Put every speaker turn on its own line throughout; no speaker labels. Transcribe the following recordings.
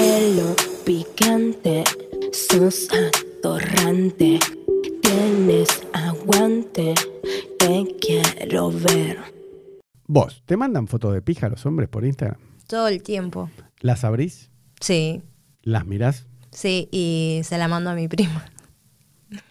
pelo picante, sos atorrante, tienes aguante, te quiero ver.
Vos, ¿te mandan fotos de pija los hombres por Instagram?
Todo el tiempo.
¿Las abrís?
Sí,
¿Las mirás?
sí, y se la mando a mi prima.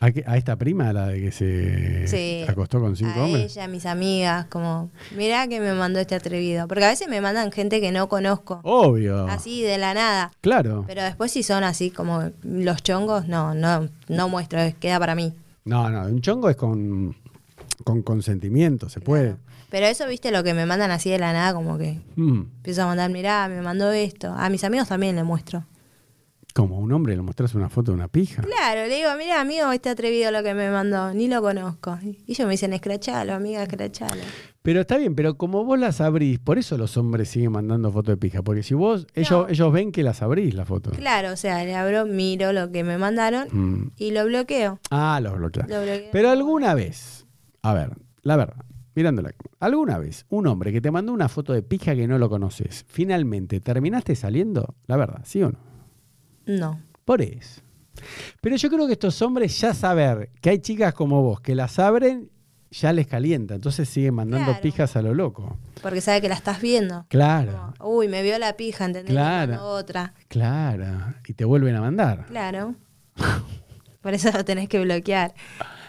¿A, qué- a esta prima, a la de que se
Sí.
acostó con cinco
a
hombres?
ella, a mis amigas, como, mirá que me mandó este atrevido. Porque a veces me mandan gente que no conozco,
Obvio.
así de la nada.
Claro.
Ah, Pero después si son así como los chongos, no, no, no muestro, es- queda para mí.
No, no, un chongo es con, con consentimiento, se puede.
Pero eso, viste, lo que me mandan así de la nada, como que
Mm,
empiezo a mandar, mirá, me mandó esto. A mis amigos también le muestro.
Como a un hombre le mostrás una foto de una pija.
Claro, le digo, mirá, amigo, este atrevido lo que me mandó, ni lo conozco. Y ellos me dicen, escrachalo, amiga, escrachalo.
Pero está bien, pero como vos las abrís, por eso los hombres siguen mandando fotos de pija. Porque si vos, ellos, ellos ven que las abrís las fotos.
Claro, o sea, le abro, miro lo que me mandaron
Mm.
y lo bloqueo.
Ah, los bloqueás.
Lo bloqueo.
Pero alguna vez, a ver, la verdad, mirando la cámara, alguna vez un hombre que te mandó una foto de pija que no lo conoces, finalmente terminaste saliendo, la verdad, ¿sí o no?
No.
Por eso. Pero yo creo que estos hombres ya saber que hay chicas como vos que las abren, ya les calienta, entonces siguen mandando
Claro.
pijas a lo loco.
Porque sabe que la estás viendo.
Claro,
Como, Uy, me vio la pija, ¿entendés? Me
Claro.
mandó Otra.
claro. Y te vuelven a mandar.
Claro. Por eso lo tenés que bloquear.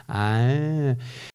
Ah,